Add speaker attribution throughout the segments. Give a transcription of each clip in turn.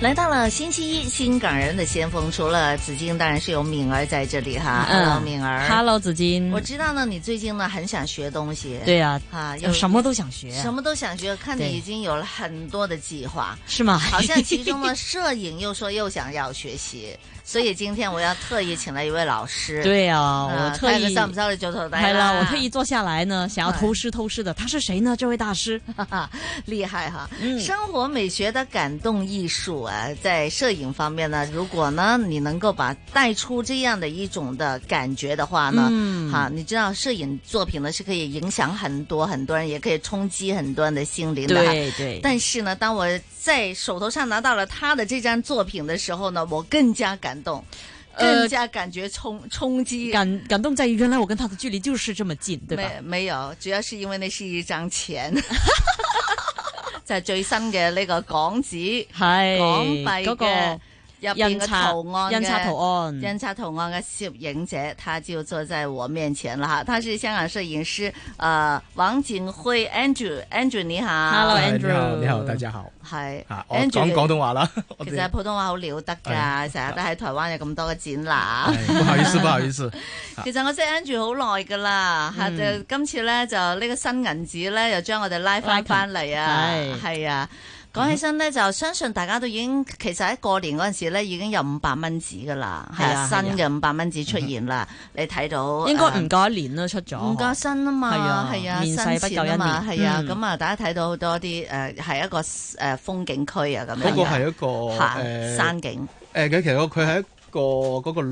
Speaker 1: 来到了星期一，新港人的先锋，除了紫金，当然是有敏儿在这里哈。
Speaker 2: 嗯
Speaker 1: Hello，敏儿。
Speaker 2: Hello，紫金
Speaker 1: 我，知道呢，你最近呢很想学东西。
Speaker 2: 对呀、
Speaker 1: 啊，有
Speaker 2: 有什么都想学，
Speaker 1: 什么都想学，看你
Speaker 2: 对
Speaker 1: 已经有了很多的计 划。
Speaker 2: 是吗？
Speaker 1: 好像其中呢，摄影又说又想要学习，所以今天我要特意请了一位老师。
Speaker 2: 对呀、
Speaker 1: 啊，
Speaker 2: 我特
Speaker 1: 戴
Speaker 2: 意
Speaker 1: 個上唔收你做頭帶
Speaker 2: 系啦，
Speaker 1: 啦，
Speaker 2: 我特意坐下来呢，想要偷师偷师的。他是谁呢？这位大师，
Speaker 1: 厉害哈。
Speaker 2: 嗯
Speaker 1: 生活美学的感动艺术啊，在摄影方面呢，如果呢你能够把带出这样的一种的感觉的话呢，
Speaker 2: 嗯
Speaker 1: 哈，你知道摄影作品呢是可以影响很多很多人，也可以冲击很多人的心灵的哈。
Speaker 2: 对对，
Speaker 1: 但是呢，当我在手头上拿到了他的这张作品的时候呢，我更加感动，
Speaker 2: 呃
Speaker 1: 更加感觉冲、冲击。
Speaker 2: 感感动在于原来我跟他的距离就是这么近，对吧？
Speaker 1: 没没有，主要是因為呢是一張 錢，就係最新嘅呢個港紙
Speaker 2: 系
Speaker 1: 港幣嘅
Speaker 2: 嗰個
Speaker 1: 入邊
Speaker 2: 印
Speaker 1: 嘅
Speaker 2: 刷
Speaker 1: 圖案
Speaker 2: 印刷
Speaker 1: 嘅
Speaker 2: 圖案，嗯
Speaker 1: 印刷图案嘅摄影者，他就坐在我面前了哈。他是香港摄影师，呃，王景辉 Andrew，Andrew 你好
Speaker 2: Hello，
Speaker 3: 係
Speaker 2: Andrew
Speaker 3: 啊你好，你好，大家好。
Speaker 1: 係
Speaker 3: 啊，我
Speaker 1: Andrew
Speaker 3: 講
Speaker 1: 你
Speaker 3: 廣東話啦。我
Speaker 1: 其
Speaker 3: 哋
Speaker 1: 實普通話好了得㗎，成日都喺台灣有咁多嘅展覽。
Speaker 3: 係不好意 思，不好意思。
Speaker 2: 啊
Speaker 1: 其實我識 Andrew 好耐㗎啦，嚇、
Speaker 2: 嗯
Speaker 1: 就今次咧就呢個新銀紙咧，又將我哋拉翻翻嚟啊，
Speaker 2: 係
Speaker 1: 係啊。講起身咧，就相信大家都已經其實喺過年嗰陣時咧，已經有五百蚊紙㗎啦，係
Speaker 2: 係
Speaker 1: 啊，
Speaker 2: 啊
Speaker 1: 新
Speaker 2: 嗯
Speaker 1: 嘅五百蚊紙出現啦。你睇到
Speaker 2: 應該唔
Speaker 1: 呃
Speaker 2: 夠一年啦，出咗
Speaker 1: 唔夠新啊嘛，
Speaker 2: 係啊
Speaker 1: 係啊，
Speaker 2: 面世不
Speaker 1: 新
Speaker 2: 夠
Speaker 1: 錢
Speaker 2: 一
Speaker 1: 啊嘛，
Speaker 2: 年
Speaker 1: 係啊。
Speaker 2: 嗯
Speaker 1: 咁啊，大家睇到好多啲誒係一個誒風景區啊咁樣。
Speaker 3: 嗰個係一個
Speaker 1: 嚇
Speaker 3: 誒
Speaker 1: 山景，
Speaker 3: 誒，佢其實佢係一個嗰個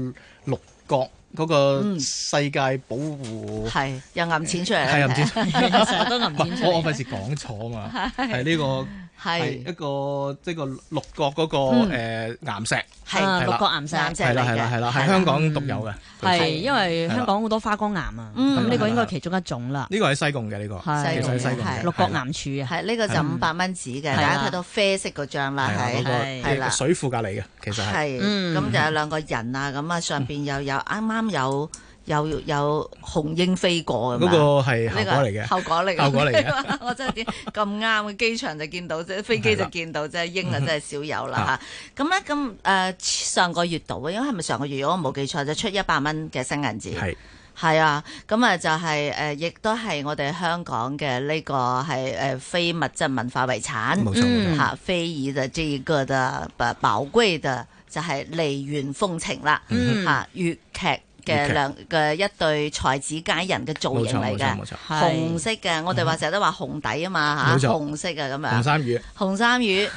Speaker 3: 六角嗰個
Speaker 1: 嗯
Speaker 3: 世界保護
Speaker 1: 係又揞錢出嚟啦。
Speaker 3: 係啊，唔知
Speaker 2: 成日都
Speaker 3: 唔
Speaker 2: 揞錢
Speaker 3: 係
Speaker 2: 出
Speaker 3: 我我
Speaker 2: 嚟。
Speaker 3: 費事講錯啊嘛。係呢個係
Speaker 1: 係
Speaker 3: 一個即係個六角嗰個誒岩石，
Speaker 1: 係
Speaker 2: 啊
Speaker 3: 係
Speaker 2: 六
Speaker 3: 啦
Speaker 2: 角岩石
Speaker 1: 岩石
Speaker 3: 係啦
Speaker 1: 嚟
Speaker 3: 係
Speaker 1: 嘅
Speaker 3: 啦係啦，
Speaker 1: 係啦
Speaker 3: 係香港獨有嘅。佢
Speaker 2: 係因為香港好多花崗岩啊，
Speaker 1: 嗯
Speaker 2: 咁呢個應該係其中一種啦。
Speaker 3: 呢個喺西貢嘅呢個，
Speaker 2: 係
Speaker 3: 其實喺西貢
Speaker 1: 係
Speaker 3: 嘅
Speaker 2: 六角岩柱啊，
Speaker 1: 係呢個就五百蚊紙嘅，
Speaker 2: 係
Speaker 1: 大家
Speaker 2: 啦
Speaker 1: 睇到啡色嗰張啦，
Speaker 3: 啊係
Speaker 1: 係
Speaker 3: 啦，
Speaker 1: 係
Speaker 3: 嗰
Speaker 1: 啦
Speaker 3: 個水庫隔離嘅，其實係。
Speaker 1: 係
Speaker 2: 嗯
Speaker 1: 咁就有兩個人啊，咁啊上邊又有啱啱有有有紅鷹飛過咁
Speaker 3: 嗰個
Speaker 1: 啊。
Speaker 3: 係效
Speaker 1: 呢個
Speaker 3: 果嚟嘅，
Speaker 1: 後果嚟嘅，
Speaker 3: 效果嚟 嘅。
Speaker 1: 我真係點咁啱嘅機場就見到啫，飛機就見到啫，鷹啊真係少有啦
Speaker 3: 嗯
Speaker 1: 嚇。咁咧咁誒上個月度啊，因為係咪上個月如果我冇記錯就出一百蚊嘅新銀紙。
Speaker 3: 係
Speaker 1: 係啊，咁啊就係、誒，亦都係我哋香港嘅呢個係誒、非物質文化遺產，
Speaker 3: 冇錯冇
Speaker 2: 嗯
Speaker 3: 錯。
Speaker 1: 哈，非遺的這一個的寶寶貴的就係梨園風情啦，
Speaker 2: 嗯
Speaker 1: 嚇粵劇嘅
Speaker 3: 粵劇
Speaker 1: 兩嘅一對才子佳人嘅造
Speaker 3: 冇
Speaker 1: 型
Speaker 3: 錯
Speaker 1: 嚟
Speaker 3: 冇錯冇
Speaker 1: 嘅。
Speaker 3: 錯，嗯
Speaker 2: 係
Speaker 1: 紅色嘅，我哋話成日都話紅底啊嘛
Speaker 3: 冇
Speaker 1: 嚇，
Speaker 3: 錯
Speaker 1: 紅色嘅咁
Speaker 3: 紅
Speaker 1: 樣，
Speaker 3: 衫魚
Speaker 1: 紅衫魚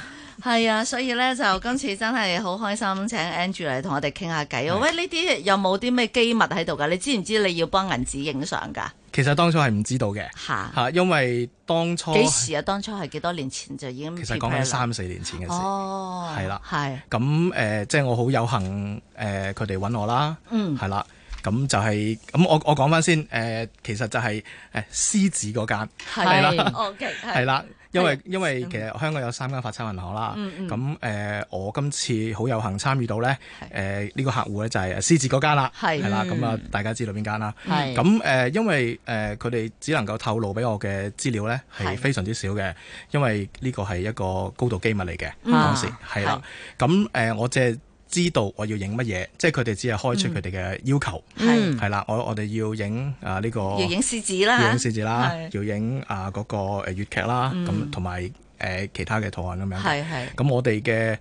Speaker 1: 係啊，所以咧就今次真係好開心，請 Andrew 嚟同我哋傾下偈。
Speaker 3: 係
Speaker 1: 喂，呢啲有冇啲咩機密喺度㗎？你知唔知你要幫銀紙影相㗎？
Speaker 3: 其實當初係唔知道嘅
Speaker 1: 嚇，
Speaker 3: 嚇，因為當初
Speaker 1: 啊幾時啊？當初係幾多年前就已經
Speaker 3: 其實
Speaker 1: prepare
Speaker 3: 講緊
Speaker 1: 啦
Speaker 3: 三四年前嘅事。
Speaker 1: 哦，
Speaker 3: 係啦
Speaker 1: 係
Speaker 3: 咁誒、呃即係我好有幸誒，佢哋揾我啦，
Speaker 1: 嗯
Speaker 3: 係啦。咁就係、咁，我我講翻先誒、呃其實就係誒獅子嗰間
Speaker 1: 係
Speaker 2: 係啦
Speaker 1: ，OK
Speaker 3: 係
Speaker 1: 係
Speaker 3: 啦，因為
Speaker 1: 係嗯
Speaker 3: 因為其實香港有三間發鈔銀行啦。
Speaker 1: 嗯嗯
Speaker 3: 咁誒、呃我今次好有幸參與到咧
Speaker 1: 係
Speaker 3: 誒呢個客戶咧就係獅子嗰間啦，
Speaker 1: 係
Speaker 3: 係啦。咁啊
Speaker 2: 嗯，
Speaker 3: 大家知道邊間啦？
Speaker 2: 係嗯
Speaker 3: 咁誒、呃因為誒佢哋只能夠透露俾我嘅資料咧，
Speaker 1: 係
Speaker 3: 係非常之少嘅，因為呢個係一個高度機密嚟嘅，
Speaker 1: 嗯
Speaker 3: 當時係啦。咁誒、呃我只係知道我要影乜嘢，即係佢哋只係開出佢哋嘅要求，
Speaker 2: 嗯
Speaker 3: 係啦、我我哋要影啊呢個
Speaker 1: 要影獅子啦，
Speaker 3: 要影獅子啦
Speaker 1: 係，嗯
Speaker 3: 要影啊嗰個誒粵劇啦，咁同埋誒其他嘅圖案咁樣嘅。
Speaker 1: 係係
Speaker 3: 咁我哋嘅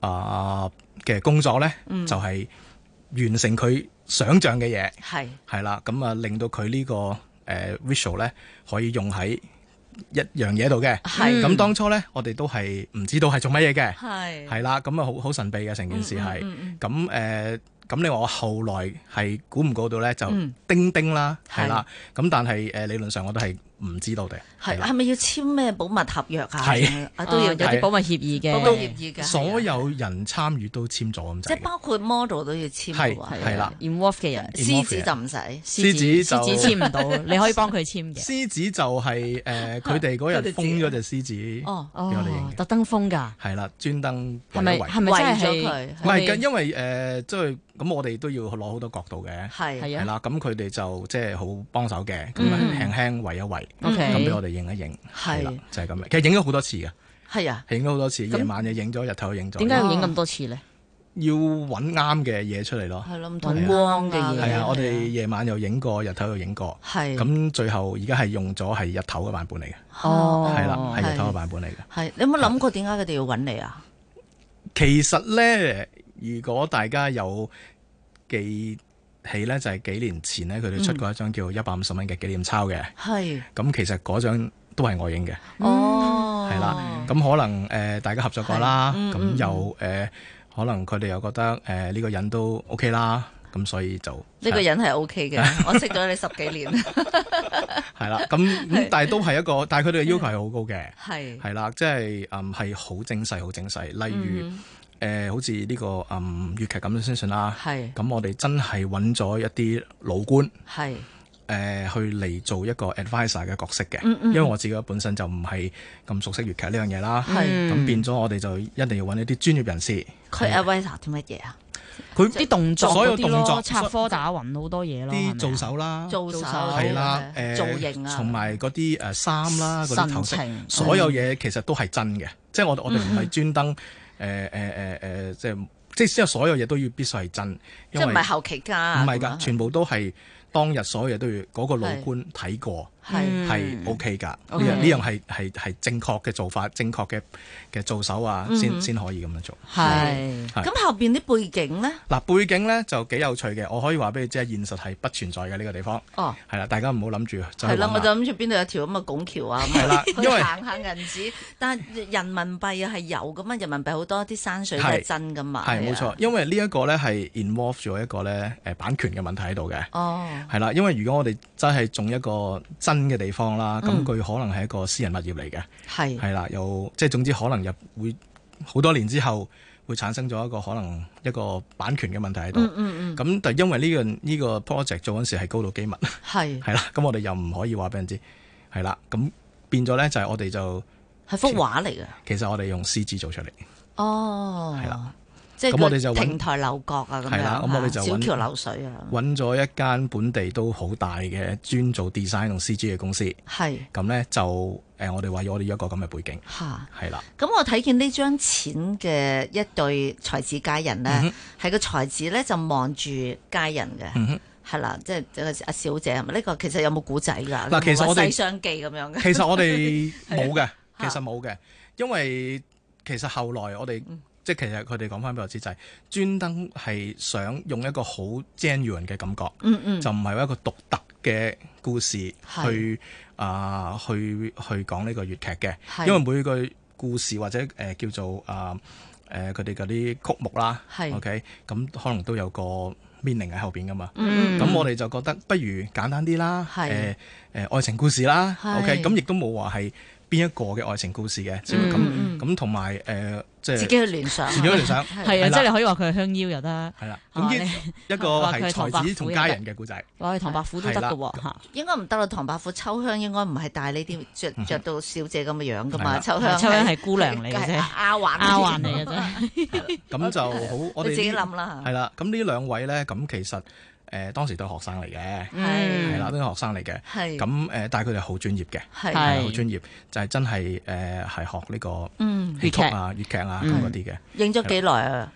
Speaker 3: 啊嘅工作咧，
Speaker 1: 嗯
Speaker 3: 就係、完成佢想像嘅嘢。
Speaker 1: 係
Speaker 3: 係啦，咁啊令到佢呢、個誒、呃 visual 咧可以用喺一樣嘢度嘅。
Speaker 1: 係
Speaker 3: 咁當初咧，我哋都係唔知道係做乜嘢嘅，
Speaker 1: 係
Speaker 3: 係啦，咁啊好好神秘嘅成件事係。
Speaker 1: 嗯嗯
Speaker 3: 咁誒，呃咁、你話我後來係估唔估到咧，就
Speaker 1: 嗯
Speaker 3: 叮叮啦，
Speaker 1: 係
Speaker 3: 係啦。咁但係誒、呃理論上我都係唔知道嘅。
Speaker 1: 係
Speaker 3: 啦
Speaker 1: 係咪要簽咩保密合約啊？
Speaker 3: 係
Speaker 1: 啊，都要
Speaker 2: 有
Speaker 1: 有
Speaker 3: 係
Speaker 2: 啲保密協議嘅，
Speaker 1: 保密協議嘅，係啊
Speaker 3: 所有人參與都簽咗咁
Speaker 1: 即
Speaker 3: 滯
Speaker 1: 係
Speaker 3: 嘅。
Speaker 1: 包括 model 都要簽嘅喎。啊
Speaker 3: 係啦
Speaker 2: involve 嘅人，
Speaker 1: 獅子就唔使。
Speaker 3: 嗯獅子
Speaker 2: 獅
Speaker 3: 就
Speaker 2: 子簽唔 到，你可以幫佢簽嘅。
Speaker 3: 獅子就係誒佢哋嗰日封咗隻獅子，
Speaker 1: 哦，
Speaker 3: 俾我哋影
Speaker 2: 哦，
Speaker 3: 嘅
Speaker 2: 特登封㗎，
Speaker 3: 係啦，專登
Speaker 2: 係
Speaker 3: 圍
Speaker 2: 咪
Speaker 3: 一圍。
Speaker 2: 係咪真
Speaker 1: 圍咗
Speaker 2: 係
Speaker 1: 佢
Speaker 3: 唔係嘅，因為誒即係咁，我哋都要攞好多角度嘅。
Speaker 1: 係
Speaker 2: 係
Speaker 3: 係
Speaker 2: 啊
Speaker 3: 啦，咁佢哋就即係好幫手嘅，咁
Speaker 1: 嗯
Speaker 3: 輕輕圍一圍，
Speaker 2: ？O
Speaker 3: 嗯咁俾
Speaker 2: K，
Speaker 3: 我哋影一影，係啦
Speaker 1: 係，
Speaker 3: 就係咁樣。其實影咗好多次嘅，
Speaker 1: 係啊，
Speaker 3: 影咗好多次，
Speaker 2: 咁
Speaker 3: 夜晚又影咗，日頭又影咗。
Speaker 2: 嗯點解要影咁多次咧？
Speaker 3: 要揾啱嘅嘢出嚟咯？
Speaker 1: 係咯，唔同
Speaker 3: 揾
Speaker 2: 光嘅嘢
Speaker 3: 係
Speaker 2: 係
Speaker 3: 啊，
Speaker 2: 啊
Speaker 3: 我哋夜晚又影過，日頭又影過，
Speaker 1: 係
Speaker 3: 咁最後而家係用咗係日頭嘅版本嚟嘅，
Speaker 2: 哦
Speaker 3: 係啦，係日頭
Speaker 1: 係
Speaker 3: 嘅版本嚟嘅。
Speaker 1: 係，你有冇諗過點解佢哋要揾你啊？
Speaker 3: 其實咧，如果大家有記起咧，就係、幾年前咧，佢哋出過一
Speaker 1: 嗯
Speaker 3: 張叫一百五十蚊嘅紀念鈔嘅。
Speaker 1: 係，
Speaker 3: 咁其實嗰張都係我影嘅，
Speaker 1: 哦，
Speaker 3: 係啦。咁可能誒、呃大家合作過啦，
Speaker 1: 係嗯
Speaker 3: 咁、
Speaker 1: 嗯
Speaker 3: 又誒、呃可能佢哋又覺得呃誒呢、個人都 OK 啦，咁所以就
Speaker 1: 呢個人係 OK 嘅，我識咗你十幾年，
Speaker 3: 係啦。咁咁
Speaker 1: 係
Speaker 3: 但係都係 一個，但係佢哋嘅要求係好高嘅。
Speaker 1: 係，
Speaker 3: 係啦，即係嗯係好精細，好精細。例如誒、
Speaker 1: 嗯
Speaker 3: 呃好似呢、個嗯粵劇咁樣先算啦。
Speaker 1: 係
Speaker 3: 咁我哋真係揾咗一啲老官誒、
Speaker 1: 係，
Speaker 3: 呃去嚟做一個 advisor 嘅角色嘅，
Speaker 1: 嗯嗯
Speaker 3: 因為我自己本身就唔係咁熟悉粵劇呢樣嘢啦。
Speaker 1: 係
Speaker 3: 咁、
Speaker 2: 嗯
Speaker 3: 變咗我哋就一定要揾一啲專業人士，
Speaker 1: 佢 advisor 啲乜嘢啊？
Speaker 3: 佢
Speaker 2: 啲動作
Speaker 3: 所有
Speaker 2: 嗰啲咯
Speaker 3: 動作
Speaker 2: 插科打諢好多嘢咯，係
Speaker 3: 啲
Speaker 2: 咪啊
Speaker 3: 哦做手啦，
Speaker 1: 啊做手
Speaker 3: 係啦，
Speaker 1: 誒
Speaker 3: 誒
Speaker 1: 造型啊，嗯
Speaker 3: 同埋嗰啲誒衫啦，嗰啲
Speaker 2: 神
Speaker 3: 頭飾，
Speaker 2: 情
Speaker 3: 所有嘢其實都係真嘅，即係我我哋唔係專登呃誒誒誒誒，即係即係所有嘢都要必須係真，
Speaker 1: 即
Speaker 3: 因
Speaker 1: 係
Speaker 3: 為
Speaker 1: 唔係後期加
Speaker 3: 唔係㗎，
Speaker 1: 啊咁
Speaker 3: 全部都係當日所有嘢都要嗰個老官睇過。
Speaker 1: 樣係
Speaker 2: 嗯
Speaker 3: 係 OK 㗎，呢樣
Speaker 2: OK
Speaker 3: 呢樣係係係正確嘅做法，正確嘅嘅做手啊，
Speaker 1: 嗯
Speaker 3: 先
Speaker 1: 哼
Speaker 3: 先可以咁樣做。
Speaker 2: 係
Speaker 3: 係
Speaker 1: 咁後邊啲背景咧，
Speaker 3: 嗱，背景咧就幾有趣嘅，我可以話俾你知，現實係不存在嘅呢個地方。
Speaker 1: 哦，
Speaker 3: 係啦，大家唔好諗住就去
Speaker 1: 係啦，
Speaker 3: 搵
Speaker 1: 我
Speaker 3: 啦
Speaker 1: 就諗住邊度有條咁嘅拱橋 啊，
Speaker 3: 係 啦，
Speaker 1: 去
Speaker 3: 因為
Speaker 1: 行下銀紙，但係人民幣啊係有噶嘛，人民幣好多啲山水都
Speaker 3: 係
Speaker 1: 係真噶嘛，
Speaker 3: 係冇
Speaker 1: 係啊
Speaker 3: 錯，，因為呢一個咧係 involve 咗一個咧誒版權嘅問題喺度嘅。
Speaker 1: 哦，
Speaker 3: 係啦，因為如果我哋真係種一個真嘅地方啦，咁
Speaker 1: 嗯
Speaker 3: 佢可能係一個私人物業嚟嘅，
Speaker 1: 係
Speaker 3: 係啦，又即係總之可能入會好多年之後會產生咗一個可能一個版權嘅問題喺度。
Speaker 1: 嗯嗯嗯，
Speaker 3: 咁但因為呢、個呢、個 project 做嗰陣時係高度 機密，
Speaker 1: 係
Speaker 3: 係啦，咁我哋又唔可以話俾人知，係啦，咁變咗咧就係我哋就
Speaker 1: 係幅畫嚟嘅，
Speaker 3: 其實我哋用獅子做出嚟，
Speaker 1: 哦，
Speaker 3: 係啦，
Speaker 1: 即係
Speaker 3: 咁我哋就
Speaker 1: 個
Speaker 3: 搵
Speaker 1: 亭台樓閣啊，咁
Speaker 3: 係
Speaker 1: 樣
Speaker 3: 啦咁我哋就
Speaker 1: 啊小
Speaker 3: 搵
Speaker 1: 橋流水啊，
Speaker 3: 揾咗一間本地都好大嘅專做 design 同 CG 嘅公司，
Speaker 1: 係
Speaker 3: 咁咧就誒、呃我哋話要我哋要一個咁嘅背景，
Speaker 1: 嚇。
Speaker 3: 係啦，
Speaker 1: 咁我睇見呢張錢嘅一對才子佳人咧，係、個才子咧就望住佳人嘅，
Speaker 3: 嗯哼。
Speaker 1: 係啦、即係即係阿小姐係咪？呢、個其實有冇古仔㗎？
Speaker 3: 嗱其實我
Speaker 1: 有冇
Speaker 3: 哋
Speaker 1: 話西廂記咁樣嘅，
Speaker 3: 其實我哋冇嘅，其
Speaker 1: 啊嚇
Speaker 3: 實冇嘅，因為其實後來我哋、
Speaker 1: 嗯
Speaker 3: 即係其實佢哋講翻俾我知就係專登係想用一個好 genuine 嘅感覺，
Speaker 1: 嗯嗯，
Speaker 3: 就唔係一個獨特嘅故事
Speaker 1: 係
Speaker 3: 去啊、去去講呢個粵劇嘅，
Speaker 1: 係
Speaker 3: 因為每個故事或者誒、呃叫做啊誒佢哋嗰啲曲目啦
Speaker 1: 係
Speaker 3: ，OK，咁可能都有個 meaning 喺後邊噶嘛。
Speaker 1: 嗯
Speaker 3: 咁我哋就覺得不如簡單啲啦，誒
Speaker 1: 係
Speaker 3: 誒、愛情故事啦
Speaker 1: 係
Speaker 3: ，OK，咁亦都冇話係邊一個嘅愛情故事嘅，只不過
Speaker 1: 嗯嗯
Speaker 3: 咁咁同埋誒即係
Speaker 1: 自己去聯想啊，哦
Speaker 3: 自己去 聯想，
Speaker 2: 係啊，
Speaker 3: 係
Speaker 2: 即
Speaker 3: 啦
Speaker 2: 係你可以話佢係香腰又得，
Speaker 3: 係啦，
Speaker 2: 啊
Speaker 3: 咁呢一個
Speaker 2: 話佢
Speaker 3: 係
Speaker 2: 係唐伯
Speaker 3: 才子
Speaker 2: 虎
Speaker 3: 同
Speaker 2: 又
Speaker 3: 佳
Speaker 2: 得
Speaker 3: 人嘅故仔，
Speaker 2: 話佢唐伯虎都得嘅喎嚇。
Speaker 1: 應該唔得啦。唐伯虎秋香應該唔係戴呢啲着着到小姐咁嘅樣㗎
Speaker 3: 係
Speaker 1: 嘛，
Speaker 3: 啦
Speaker 1: 秋香
Speaker 2: 秋香係姑娘嚟嘅
Speaker 1: 係
Speaker 2: 啫，
Speaker 1: 丫鬟
Speaker 2: 丫 鬟嚟嘅啫。
Speaker 3: 咁就好，我
Speaker 1: 你
Speaker 3: 哋
Speaker 1: 自己
Speaker 3: 呢
Speaker 1: 諗啊啦
Speaker 3: 係啦，咁呢兩位咧，咁其實誒、呃、當時都係學生嚟嘅，
Speaker 1: 嗯
Speaker 3: 係啦，都係學生嚟嘅。
Speaker 1: 係
Speaker 3: 咁誒、呃但係佢哋好專業嘅，
Speaker 1: 係
Speaker 2: 係
Speaker 3: 係好專業，就係、真係誒係學呢個
Speaker 1: 嗯
Speaker 3: 戲曲啊、粵劇啊咁嗰啲嘅。
Speaker 1: 影咗幾耐啊？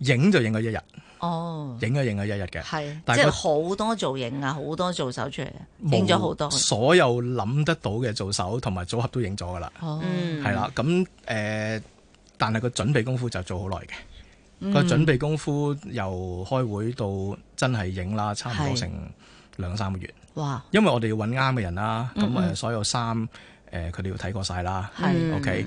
Speaker 3: 影就影咗一日，
Speaker 1: 哦。
Speaker 3: 影就影啊咗一日嘅，
Speaker 1: 係，
Speaker 3: 但
Speaker 1: 即係
Speaker 3: 係個
Speaker 1: 好多造型啊，好多做手出嚟，影咗好多
Speaker 3: 冇。所有諗得到嘅做手同埋組合都影咗噶啦，
Speaker 1: 哦，
Speaker 2: 嗯
Speaker 3: 係啦、咁誒、呃但係個準備功夫就做好耐嘅。
Speaker 1: 嗯
Speaker 3: 個準備功夫由開會到真係影啦，差唔多
Speaker 1: 係
Speaker 3: 成兩三個月。
Speaker 1: 哇，
Speaker 3: 因為我哋要揾啱嘅人啦，咁誒、
Speaker 1: 嗯嗯
Speaker 3: 所有衫誒佢哋要睇過晒啦
Speaker 1: 係
Speaker 3: ，OK 誒、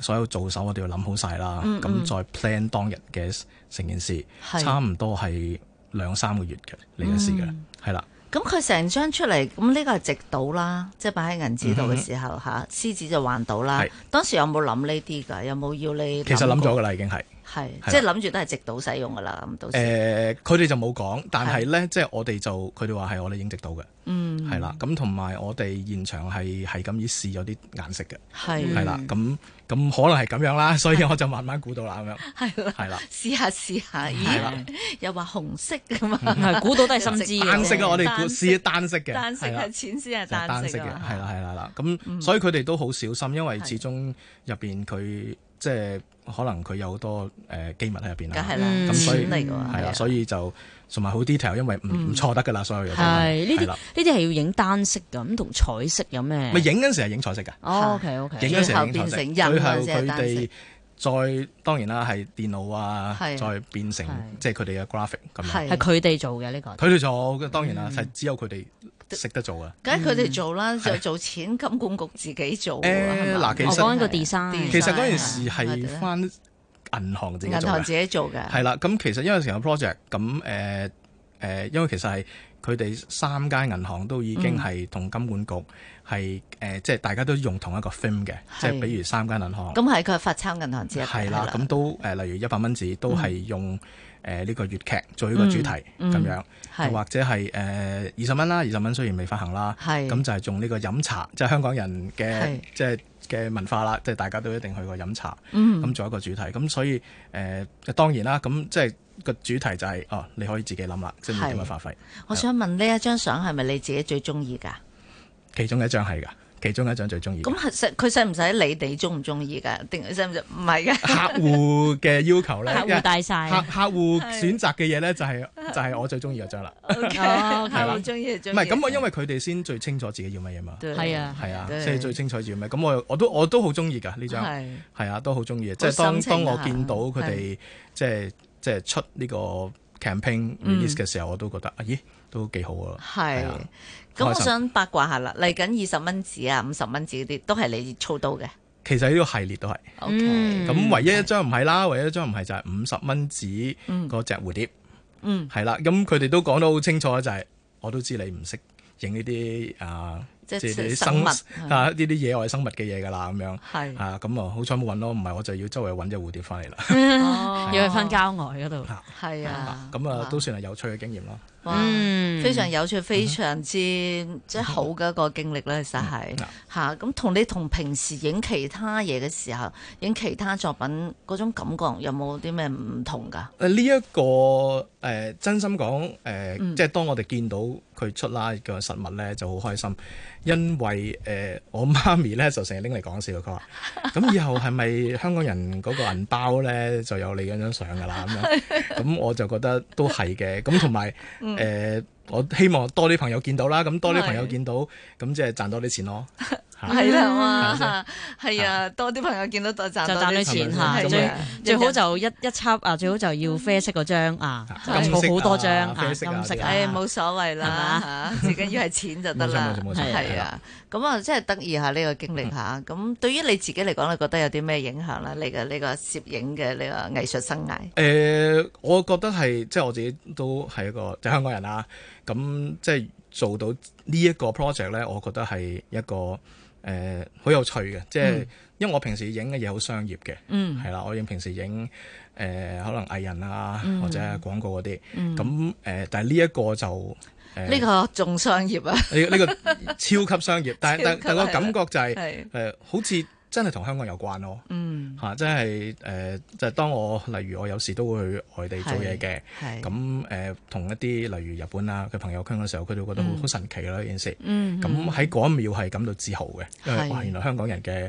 Speaker 3: 所有做手我哋要諗好晒啦，
Speaker 1: 嗯
Speaker 3: 咁、
Speaker 1: 嗯
Speaker 3: 再 plan 當日嘅成件事，
Speaker 1: 係嗯
Speaker 3: 差唔多係兩三個月嘅嚟嘅事嘅，係啦、
Speaker 1: 咁佢成張出嚟，咁呢個係值到啦，即係擺喺銀紙度嘅時候嚇，獅子就還到啦
Speaker 3: 嗯係。
Speaker 1: 當時有冇諗呢啲㗎？有冇要你？
Speaker 3: 其實諗咗㗎啦，已經係。
Speaker 1: 係
Speaker 3: 係
Speaker 1: 即係諗住都係直到使用㗎啦，咁到時。
Speaker 3: 誒，佢哋就冇講，但係咧，即係我哋就佢哋話係我哋影直到嘅，
Speaker 1: 嗯，
Speaker 3: 係啦。咁同埋我哋現場係係咁意試咗啲顏色嘅，
Speaker 1: 係
Speaker 3: 係啦。咁咁可能係咁樣啦， 所以我就慢慢估到啦，咁樣
Speaker 1: 係啦，
Speaker 3: 係啦。
Speaker 1: 試下試下，
Speaker 3: 係啦
Speaker 1: 咦？又話紅色啊㗎
Speaker 2: 唔
Speaker 1: 嘛，
Speaker 2: 係估到都係心知嘅
Speaker 3: 單色
Speaker 2: 啫。
Speaker 3: 啊，我哋
Speaker 1: 單
Speaker 3: 估
Speaker 1: 色
Speaker 3: 試單色嘅，
Speaker 1: 單色啊嗯
Speaker 3: 係啦
Speaker 1: 係淺先係
Speaker 3: 就係
Speaker 1: 單
Speaker 3: 單
Speaker 1: 色
Speaker 3: 色
Speaker 1: 㗎
Speaker 3: 嘅，
Speaker 1: 嘛
Speaker 3: 係啦係啦係啦。咁所以佢哋都好小心，因為始終入邊佢即係可能佢有好多誒機密喺入
Speaker 1: 梗
Speaker 3: 邊
Speaker 1: 係
Speaker 3: 啦。
Speaker 1: 啦，
Speaker 2: 嗯
Speaker 3: 咁所以
Speaker 1: 錢嚟㗎喎，
Speaker 3: 係
Speaker 1: 係
Speaker 3: 啦，
Speaker 1: 啊
Speaker 3: 所以就同埋好 detail，因為唔
Speaker 1: 嗯
Speaker 3: 唔錯得㗎啦，所有嘢都
Speaker 2: 係呢啲
Speaker 3: 係
Speaker 2: 呢
Speaker 3: 啦
Speaker 2: 啲係要影單色㗎，咁同彩色有咩？
Speaker 3: 咪影嗰陣時係影彩色㗎。
Speaker 2: 哦，OK OK，
Speaker 3: 影嗰時
Speaker 1: 嗯最後
Speaker 3: 係影
Speaker 1: 變
Speaker 3: 彩色，最
Speaker 1: 成印
Speaker 3: 後
Speaker 1: 啊即係
Speaker 3: 佢
Speaker 1: 單色
Speaker 3: 哋再當然啦，係電腦啊
Speaker 1: 係，
Speaker 3: 再變成
Speaker 2: 係
Speaker 3: 即係佢哋嘅 graphic 咁樣。
Speaker 1: 係。
Speaker 2: 係
Speaker 1: 嗯
Speaker 2: 佢哋做嘅呢個。
Speaker 3: 佢哋做，當然啦，係只有佢哋識得做啊。
Speaker 1: 梗係佢哋做啦，就做錢金管局自己做喎
Speaker 3: 誒
Speaker 1: 係嘛
Speaker 3: 嗱其
Speaker 2: 我
Speaker 3: 實
Speaker 2: 哦講緊個
Speaker 1: 係啊
Speaker 2: design，
Speaker 3: 其實嗰
Speaker 1: 係
Speaker 3: 陣時係翻銀行自己
Speaker 1: 嗯銀
Speaker 3: 做
Speaker 1: 行
Speaker 3: 嘅，
Speaker 1: 自己做嘅，
Speaker 3: 係啦。咁其實因為成個 project 咁誒誒，因為其實係佢哋三間銀行都已
Speaker 1: 嗯
Speaker 3: 經係同金管局係誒、呃即係大家都用同一個 film 嘅，即
Speaker 1: 係
Speaker 3: 係比如三間銀行
Speaker 1: 咁係佢係發鈔銀行之一嘅，
Speaker 3: 係啦，
Speaker 1: 係
Speaker 3: 咁都誒、呃例如一百蚊紙都係用誒呢、個粵劇做一個主題咁、
Speaker 1: 嗯嗯
Speaker 3: 樣，
Speaker 1: 係
Speaker 3: 又或者係誒二十蚊啦，二十蚊雖然未發行啦，
Speaker 1: 係
Speaker 3: 咁就係用呢個飲茶，即係香港人
Speaker 1: 係
Speaker 3: 嘅即係嘅文化啦，即係大家都一定去過飲茶，
Speaker 1: 嗯
Speaker 3: 咁做一個主題，咁所以誒、呃、當然啦，咁即係個主題就係、哦，你可以自己諗啦，即係你點樣發揮。
Speaker 1: 我想問呢一張相係咪你自己最中意㗎？
Speaker 3: 其中一張係㗎，其中一張最中意。
Speaker 1: 咁係使佢使唔使你哋中唔中意㗎？定使唔使唔係嘅？
Speaker 3: 客戶嘅要 求咧，
Speaker 2: 客
Speaker 3: 因為
Speaker 2: 戶大晒。
Speaker 3: 客客戶選擇嘅嘢咧，就係就係我最中意嗰張啦。
Speaker 2: 哦
Speaker 1: 係啦，中意
Speaker 3: 唔
Speaker 1: 中意。
Speaker 3: 係咁，我因為佢哋先最清楚自己要乜嘢嘛。
Speaker 1: 對
Speaker 2: 係啊，
Speaker 3: 係啊，即
Speaker 1: 對
Speaker 3: 係最清楚要咩？咁我我都我都好中意㗎呢張，
Speaker 1: 係
Speaker 3: 係啊，都好中意嘅。即
Speaker 1: 好
Speaker 3: 係當
Speaker 1: 心情啊
Speaker 3: 當我見到佢哋即係即係出呢個 campaign release 嘅時候，我都覺得啊咦都幾好啊！
Speaker 1: 嗯係
Speaker 3: 係啊。
Speaker 1: 咁我
Speaker 3: 開心
Speaker 1: 想八卦下啦，嚟緊二十蚊紙啊、五十蚊紙嗰啲都係你操刀嘅。
Speaker 3: 其實呢個系列都係啊
Speaker 1: O
Speaker 2: 嗯
Speaker 1: K，
Speaker 3: 咁，唯一一張唔係啦，唯一一張唔係就係五十蚊紙嗰只蝴蝶，
Speaker 1: 嗯，
Speaker 3: 係啦。咁佢哋都講得好清楚，就係我都知你唔識影呢啲啊，
Speaker 1: 即係
Speaker 3: 係
Speaker 1: 生
Speaker 3: 啲生
Speaker 1: 物嗯
Speaker 3: 啊呢啲野外生物嘅嘢㗎啦，咁樣。
Speaker 1: 係
Speaker 3: 啊，咁啊，好彩冇揾咯，唔係我就要周圍揾隻蝴蝶翻嚟啦。
Speaker 1: 哦
Speaker 2: 要去翻郊外嗰度。
Speaker 1: 係啊
Speaker 3: 啊， 咁啊，都
Speaker 1: 哇
Speaker 3: 算係有趣嘅經驗啦。
Speaker 1: 哇
Speaker 2: 嗯
Speaker 1: 非常有趣，非常之即係好嘅一個經歷啦，其實係
Speaker 3: 嗯
Speaker 1: 嚇咁同你同平時影其他嘢嘅時候，影其他作品嗰種感覺有冇啲咩唔同㗎？
Speaker 3: 誒呢一個誒、呃真心講誒，呃
Speaker 1: 嗯
Speaker 3: 即係當我哋見到佢出啦嘅實物咧，就好開心，因為誒、呃我媽咪咧就成日拎嚟講笑，佢 話：咁以後係咪香港人嗰個銀包咧就有你嗰張相㗎啦？咁樣， 咁我就覺得都係嘅。咁同埋
Speaker 1: 嗯
Speaker 3: 誒，我希望多啲朋友見到啦，咁多啲朋友見到，咁即係賺多啲錢咯。嚇
Speaker 1: 嗯係啦嘛，係啊，多啲朋友見到就賺
Speaker 2: 就
Speaker 1: 多
Speaker 2: 賺到
Speaker 1: 啲
Speaker 2: 錢
Speaker 3: 係
Speaker 2: 嚇，
Speaker 3: 咪
Speaker 2: 最
Speaker 3: 咁
Speaker 2: 最好就一一輯啊，最好就要啡色嗰張啊，
Speaker 3: 金
Speaker 2: 咁
Speaker 3: 色
Speaker 2: 好
Speaker 3: 啊
Speaker 2: 好多張啊，
Speaker 3: 啡色啊
Speaker 2: 金色
Speaker 3: 啲
Speaker 2: 啊，
Speaker 3: 啊
Speaker 1: 唉，冇所謂
Speaker 2: 係
Speaker 1: 啦
Speaker 2: 嘛，
Speaker 1: 嚇最緊要係錢就得啦，
Speaker 3: 冇錯冇錯冇錯
Speaker 1: 係
Speaker 3: 係
Speaker 1: 啊
Speaker 3: 啦，
Speaker 1: 咁啊真係得意下呢個經歷嚇。咁對於你自己嚟講，你覺得有啲咩影響啦？你嘅呢個攝影嘅呢個藝術生涯，
Speaker 3: 誒、呃我覺得係即係我自己都係一個即係香港人啦、咁即係做到呢一個 project 咧，我覺得係一個誒好、有趣嘅，即係、因為我平時影嘅嘢好商業嘅，
Speaker 1: 嗯，
Speaker 3: 係啦，我影平時影誒、可能藝人啊、或者係廣告嗰啲，咁誒、呃但係呢一個就誒
Speaker 1: 呢個仲商業啊，
Speaker 3: 呢 呢個超級商業，但係但但個感覺就係、
Speaker 1: 係
Speaker 3: 誒、好似真係同香港有關咯。
Speaker 1: 嗯，
Speaker 3: 嚇、即係誒、就係當我例如我有時都會去外地做嘢嘅，
Speaker 1: 係
Speaker 3: 咁誒同一啲例如日本啊嘅朋友傾嘅時候，佢哋會覺得好好神奇啦呢件事。
Speaker 1: 嗯，
Speaker 3: 咁喺嗰一秒係感到自豪嘅，因
Speaker 1: 係
Speaker 3: 為哇原來香港人嘅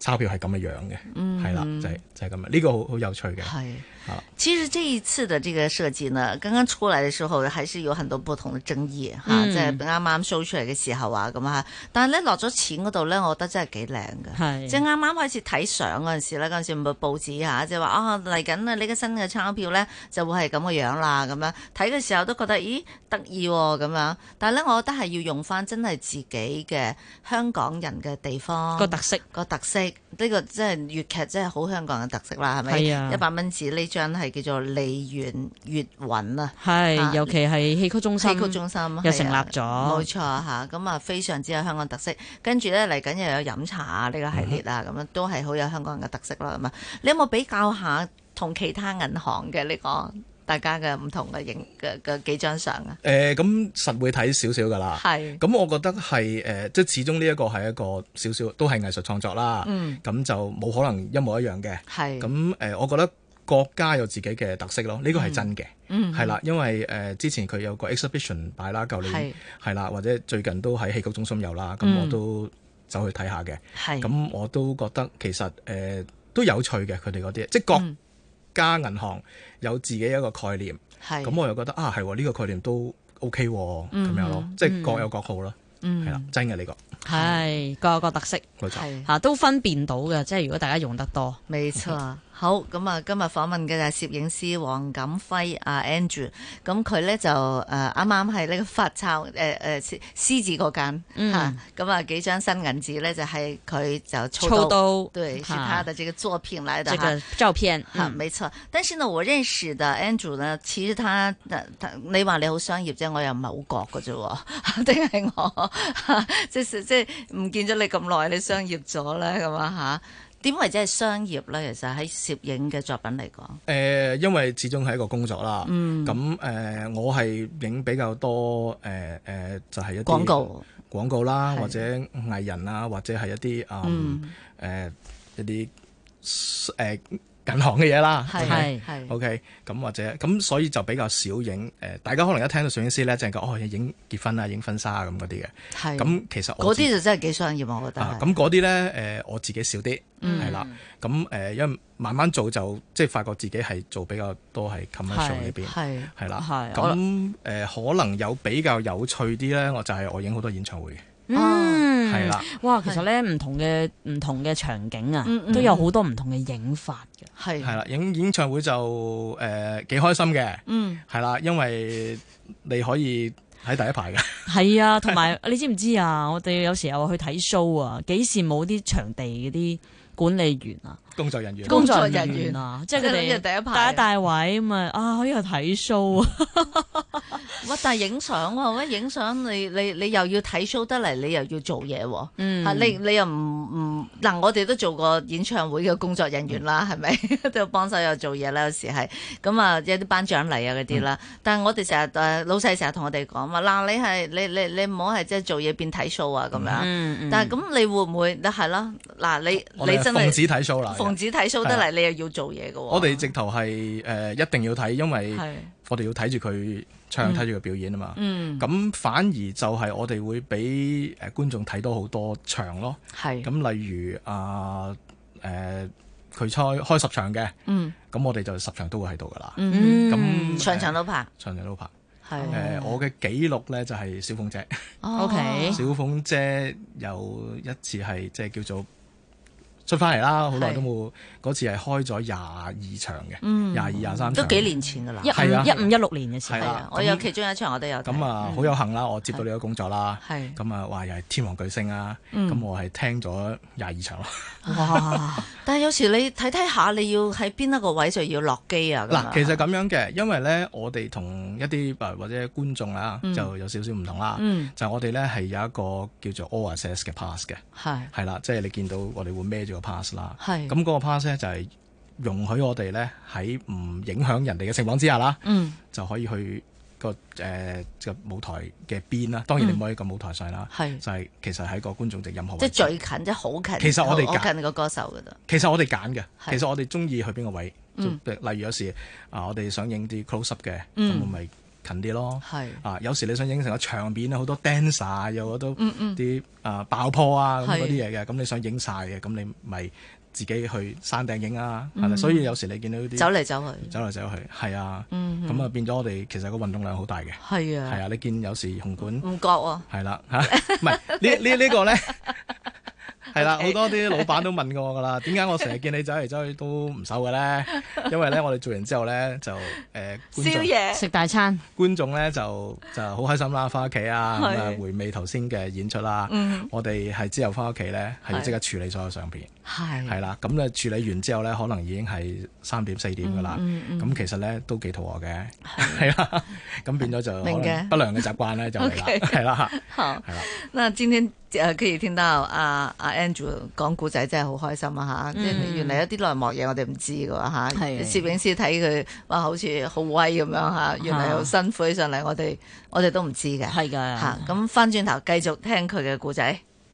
Speaker 3: 鈔票係咁嘅樣嘅，
Speaker 1: 嗯
Speaker 3: 係啦、就係、就係咁樣，啊呢、個好好有趣嘅。
Speaker 1: 係
Speaker 3: 好。
Speaker 1: 其實這一次的這個設計呢，剛剛出來的時候還是有很多不同的爭議吓，
Speaker 2: 嗯
Speaker 1: 即係啱啱 show 出嚟嘅時候啊咁啊。但係咧落咗錢嗰度咧，我覺得真係幾靚嘅。
Speaker 2: 係
Speaker 1: 即係啱啱開始睇相嗰陣時咧，嗰陣時咪報紙嚇，即係話啊嚟緊啊呢個新嘅鈔票咧就會係咁嘅樣啦咁樣。睇嘅時候都覺得咦得意喎咁樣，但係咧我覺得係要用翻真係自己嘅香港人嘅地方
Speaker 2: 個特色
Speaker 1: 個特色係呢個即係粵劇，真係好香港嘅特色啦，係咪？
Speaker 2: 係啊
Speaker 1: 一百蚊紙呢張係叫做梨園粵韻啊。啊
Speaker 2: 係，尤其係戲曲中心，
Speaker 1: 戲曲中心
Speaker 2: 又成立咗
Speaker 1: 係啊冇錯嚇，咁啊非常之有香港特色。跟住咧嚟緊又有飲茶啊呢個系列
Speaker 2: 嗯
Speaker 1: 啊，咁樣都係好有香港人嘅特色啦。咁啊，你有冇比較下同其他銀行嘅呢個大家嘅唔同嘅影嘅嘅幾張相啊？
Speaker 3: 誒呃咁實會睇少少㗎啦。
Speaker 1: 係
Speaker 3: 咁我覺得係誒、呃即係始終呢一個係一個少少都係藝術創作啦。
Speaker 1: 嗯
Speaker 3: 咁就冇可能一模一樣嘅。
Speaker 1: 係
Speaker 3: 咁誒、呃我覺得國家有自己嘅特色咯，呢個係真嘅。
Speaker 1: 嗯
Speaker 3: 係啦，因為誒、呃之前佢有個 exhibition 擺啦，舊
Speaker 1: 係
Speaker 3: 年係啦，或者最近都喺戲曲中心有啦，咁
Speaker 2: 嗯
Speaker 3: 我都走去睇下嘅。
Speaker 1: 係
Speaker 3: 咁我都覺得其實誒、呃都有趣嘅，佢哋嗰啲即係國
Speaker 1: 嗯
Speaker 3: 家銀行有自己一個概念，
Speaker 1: 係嗯
Speaker 3: 咁我又覺得啊係喎，呢、個概念都 OK 喎，咁樣咯，即係各有各好咯，係啦，真嘅呢個
Speaker 2: 係各有各特色
Speaker 3: 冇錯。
Speaker 1: 係。
Speaker 2: 嚇，都分辨到嘅。即係如果大家用得多，
Speaker 1: 冇
Speaker 2: 嗯
Speaker 1: 錯，好咁啊！今日訪問嘅就係攝影師黃錦輝啊 Andrew，咁佢咧就誒啱啱係呢個發鈔誒誒獅獅子嗰間
Speaker 2: 嗯
Speaker 1: 嚇，咁啊幾張新銀紙咧就係佢就
Speaker 2: 操
Speaker 1: 操刀，
Speaker 2: 刀
Speaker 1: 對，是他的這個作品來的
Speaker 2: 這
Speaker 1: 哈
Speaker 2: 個照片，
Speaker 1: 哈，
Speaker 2: 嗯
Speaker 1: 沒錯。但是呢，我認識的 Andrew 呢，其實他，他你話你好商業啫，我又唔係好覺嘅啫喎， 定係我即係即係唔見咗你咁耐，你商業咗咧咁啊嚇？點為之係商業咧？其實喺攝影嘅作品嚟講，
Speaker 3: 誒、呃因為始終係一個工作啦，咁
Speaker 1: 嗯
Speaker 3: 誒、呃我係影比較多誒誒、呃呃就係、一啲
Speaker 1: 廣告
Speaker 3: 廣告
Speaker 1: 係
Speaker 3: 啦，或者藝人啊，或者係一啲嗯誒、呃一啲誒、呃銀行嘅嘢啦，
Speaker 1: 係
Speaker 3: 咪
Speaker 2: 係
Speaker 1: 係
Speaker 3: OK，咁或者咁，所以就比較少影誒、呃大家可能一聽到攝影師咧，就係講哦影結婚啊、影婚紗啊咁嗰啲嘅。
Speaker 1: 係
Speaker 3: 咁其實我
Speaker 1: 嗰
Speaker 3: 自己
Speaker 1: 啲就真係幾商業，我覺得嗯
Speaker 3: 啊
Speaker 1: 係。
Speaker 3: 咁嗰啲咧誒，我自己少啲係啦。咁誒、呃因為慢慢做就即係發覺自己係做比較多係 commercial 呢邊
Speaker 1: 係
Speaker 3: 係啦
Speaker 2: 係。
Speaker 3: 咁誒、呃可能有比較有趣啲咧，我就係我影好多演唱會嘅
Speaker 2: 嗯
Speaker 3: 係啦。
Speaker 2: 哇，其實咧唔同嘅唔同嘅場景啊
Speaker 1: 嗯嗯，
Speaker 2: 都有好多唔同嘅影法嘅。
Speaker 1: 係
Speaker 3: 係啦，影演唱會就誒幾開心嘅，
Speaker 1: 嗯
Speaker 3: 係啦，因為你可以喺第一排嘅，
Speaker 2: 係 啊，同埋你知唔知啊？我哋有時候去睇 show 啊，幾羨慕啲場地嗰啲管理員啊、
Speaker 3: 工作人員
Speaker 1: 工作人員
Speaker 2: 人員啊，即係佢
Speaker 1: 即係諗
Speaker 2: 哋
Speaker 1: 住第一排
Speaker 2: 帶一帶位咁啊，啊可以去睇 show 啊，
Speaker 1: 哇！但係影相喎，喂，影相你你你又要睇 show 得嚟，你又要做嘢喎。
Speaker 2: 嗯
Speaker 1: 啊你你又唔唔嗱，我哋都做過演唱會嘅工作人員
Speaker 3: 嗯
Speaker 1: 啦，係咪 都幫手又做嘢啦？有時係咁啊，有啲頒獎禮啊嗰啲啦。
Speaker 3: 嗯
Speaker 1: 但係我哋成日誒老細成日同我哋講嘛，嗱你係你你你唔好係即係做嘢變睇 show 啊咁樣。
Speaker 2: 嗯
Speaker 1: 但係咁你會唔會係啦？嗱你
Speaker 3: 我
Speaker 1: 你
Speaker 3: 哋
Speaker 1: 真
Speaker 3: 奉
Speaker 1: 係
Speaker 3: 旨睇 show 啦，啊
Speaker 1: 奉旨睇 show 得嚟，你又要做嘢嘅喎。
Speaker 3: 我哋直頭係誒一定要睇，因為
Speaker 2: 係
Speaker 3: 我哋要睇住佢唱，睇住佢表演啊嘛。
Speaker 1: 嗯
Speaker 3: 咁反而就係我哋會俾誒觀眾睇多好多場咯。
Speaker 1: 係
Speaker 3: 咁例如啊誒，佢開開十場嘅，
Speaker 1: 嗯
Speaker 3: 咁我哋就十場都會喺度噶啦。
Speaker 1: 嗯
Speaker 2: 嗯
Speaker 3: 咁
Speaker 1: 場場都拍
Speaker 3: 場場都拍。
Speaker 1: 係
Speaker 3: 誒、我嘅記錄咧就係、小鳳姐，
Speaker 1: 哦
Speaker 2: OK
Speaker 3: 小鳳姐有一次係即係叫做出翻嚟啦，好耐都冇嗰次係開咗廿二場嘅，廿二廿
Speaker 1: 嗯
Speaker 3: 三
Speaker 1: 都
Speaker 3: 場
Speaker 1: 幾年前㗎啦。
Speaker 2: 一
Speaker 3: 係啊
Speaker 2: 五一五一六年嘅時
Speaker 3: 係
Speaker 1: 係
Speaker 3: 啦
Speaker 2: 候，
Speaker 1: 啊，
Speaker 3: 咁
Speaker 1: 我有其中一場我都有睇。
Speaker 3: 咁啊，好有幸啦，我接到呢個工作啦，
Speaker 1: 嗯係
Speaker 3: 咁啊，話又係天王巨星啦，
Speaker 1: 嗯
Speaker 3: 咁我係聽咗廿二場咯。
Speaker 2: 哇，
Speaker 1: 但係有時你睇睇下，你要喺邊一個位就要落機啊？咁啊
Speaker 3: 嗱，其實咁樣嘅，因為咧，我哋同一啲誒或者觀眾啦，就有少少唔同啦，
Speaker 1: 嗯
Speaker 3: 就我哋咧係有一個叫做 all access 嘅 pass 嘅。
Speaker 1: 係
Speaker 3: 係啦，即係你見到我哋會孭住個 pass 啦。
Speaker 1: 係
Speaker 3: 咁嗰個 pass 咧就係容許我哋咧喺唔影響人哋嘅情況之下啦，
Speaker 1: 嗯
Speaker 3: 就可以去個誒個舞台嘅邊啦。
Speaker 1: 嗯
Speaker 3: 當然你唔可以個舞台上啦，
Speaker 1: 係
Speaker 3: 就係其實喺個觀眾席任何
Speaker 1: 嗯即係
Speaker 3: 位置。
Speaker 1: 最近，即係好近。
Speaker 3: 其實我哋
Speaker 1: 好
Speaker 3: 揀
Speaker 1: 好近個歌手㗎啫。
Speaker 3: 其實我哋揀嘅，
Speaker 1: 係
Speaker 3: 其實我哋中意去邊個位，
Speaker 1: 嗯
Speaker 3: 就例如有時啊，我哋想影啲 close up 嘅，
Speaker 1: 嗯
Speaker 3: 咁我咪近啲咯。
Speaker 1: 係
Speaker 3: 啊，有時你想影成個場面啊，好多 dancer 啊又好多
Speaker 1: 嗯嗯
Speaker 3: 啲啊爆破啊咁
Speaker 1: 係
Speaker 3: 嗰啲嘢嘅，咁你想影晒嘅，咁你咪自己去山頂影啊，係啦。所以有時你見到啲
Speaker 1: 嗯走嚟走去。
Speaker 3: 走嚟走去，係啊，
Speaker 1: 嗯
Speaker 3: 咁啊變咗我哋其實個運動量好大嘅，
Speaker 1: 係
Speaker 3: 係
Speaker 1: 啊，
Speaker 3: 啊。你
Speaker 1: 嗯
Speaker 3: 見有時紅館
Speaker 1: 唔覺喎。
Speaker 3: 係啦嚇，唔係呢呢呢個咧係 啦，好多啲老闆都問過我噶啦，點解我成日見你走嚟走去都唔收嘅咧？因為咧，我哋做完之後咧就誒、呃、觀
Speaker 1: 宵
Speaker 3: 眾
Speaker 1: 夜
Speaker 2: 食大餐，
Speaker 3: 觀眾咧就就好開心啦，翻屋企啊，咁啊
Speaker 1: 係
Speaker 3: 回味頭先嘅演出啦。
Speaker 1: 嗯
Speaker 3: 我哋係之後翻屋企咧係要
Speaker 1: 係嗯
Speaker 3: 即刻處理所有相片，
Speaker 1: 係
Speaker 3: 係啦。咁咧處理完之後咧，可能已經係三點四點噶啦。
Speaker 1: 嗯嗯
Speaker 3: 咁其實咧都幾肚餓嘅， 係啦。咁變咗就可
Speaker 1: 明嘅
Speaker 3: 能不良嘅習慣咧 就嚟啦
Speaker 1: OK，
Speaker 3: 係啦。
Speaker 1: 好
Speaker 3: 係啦，
Speaker 1: 那今天呃可以聽到阿阿 Andrew 講故仔真係好開心啊吓，即係原嚟有啲內幕嘢我哋唔知噶吓，
Speaker 2: 係
Speaker 1: 攝影師睇佢哇好似好威咁樣吓，原嚟好辛苦起上嚟，我哋我哋都唔知嘅
Speaker 2: 係㗎。啊
Speaker 1: 吓，咁翻轉頭繼續聽佢嘅故仔。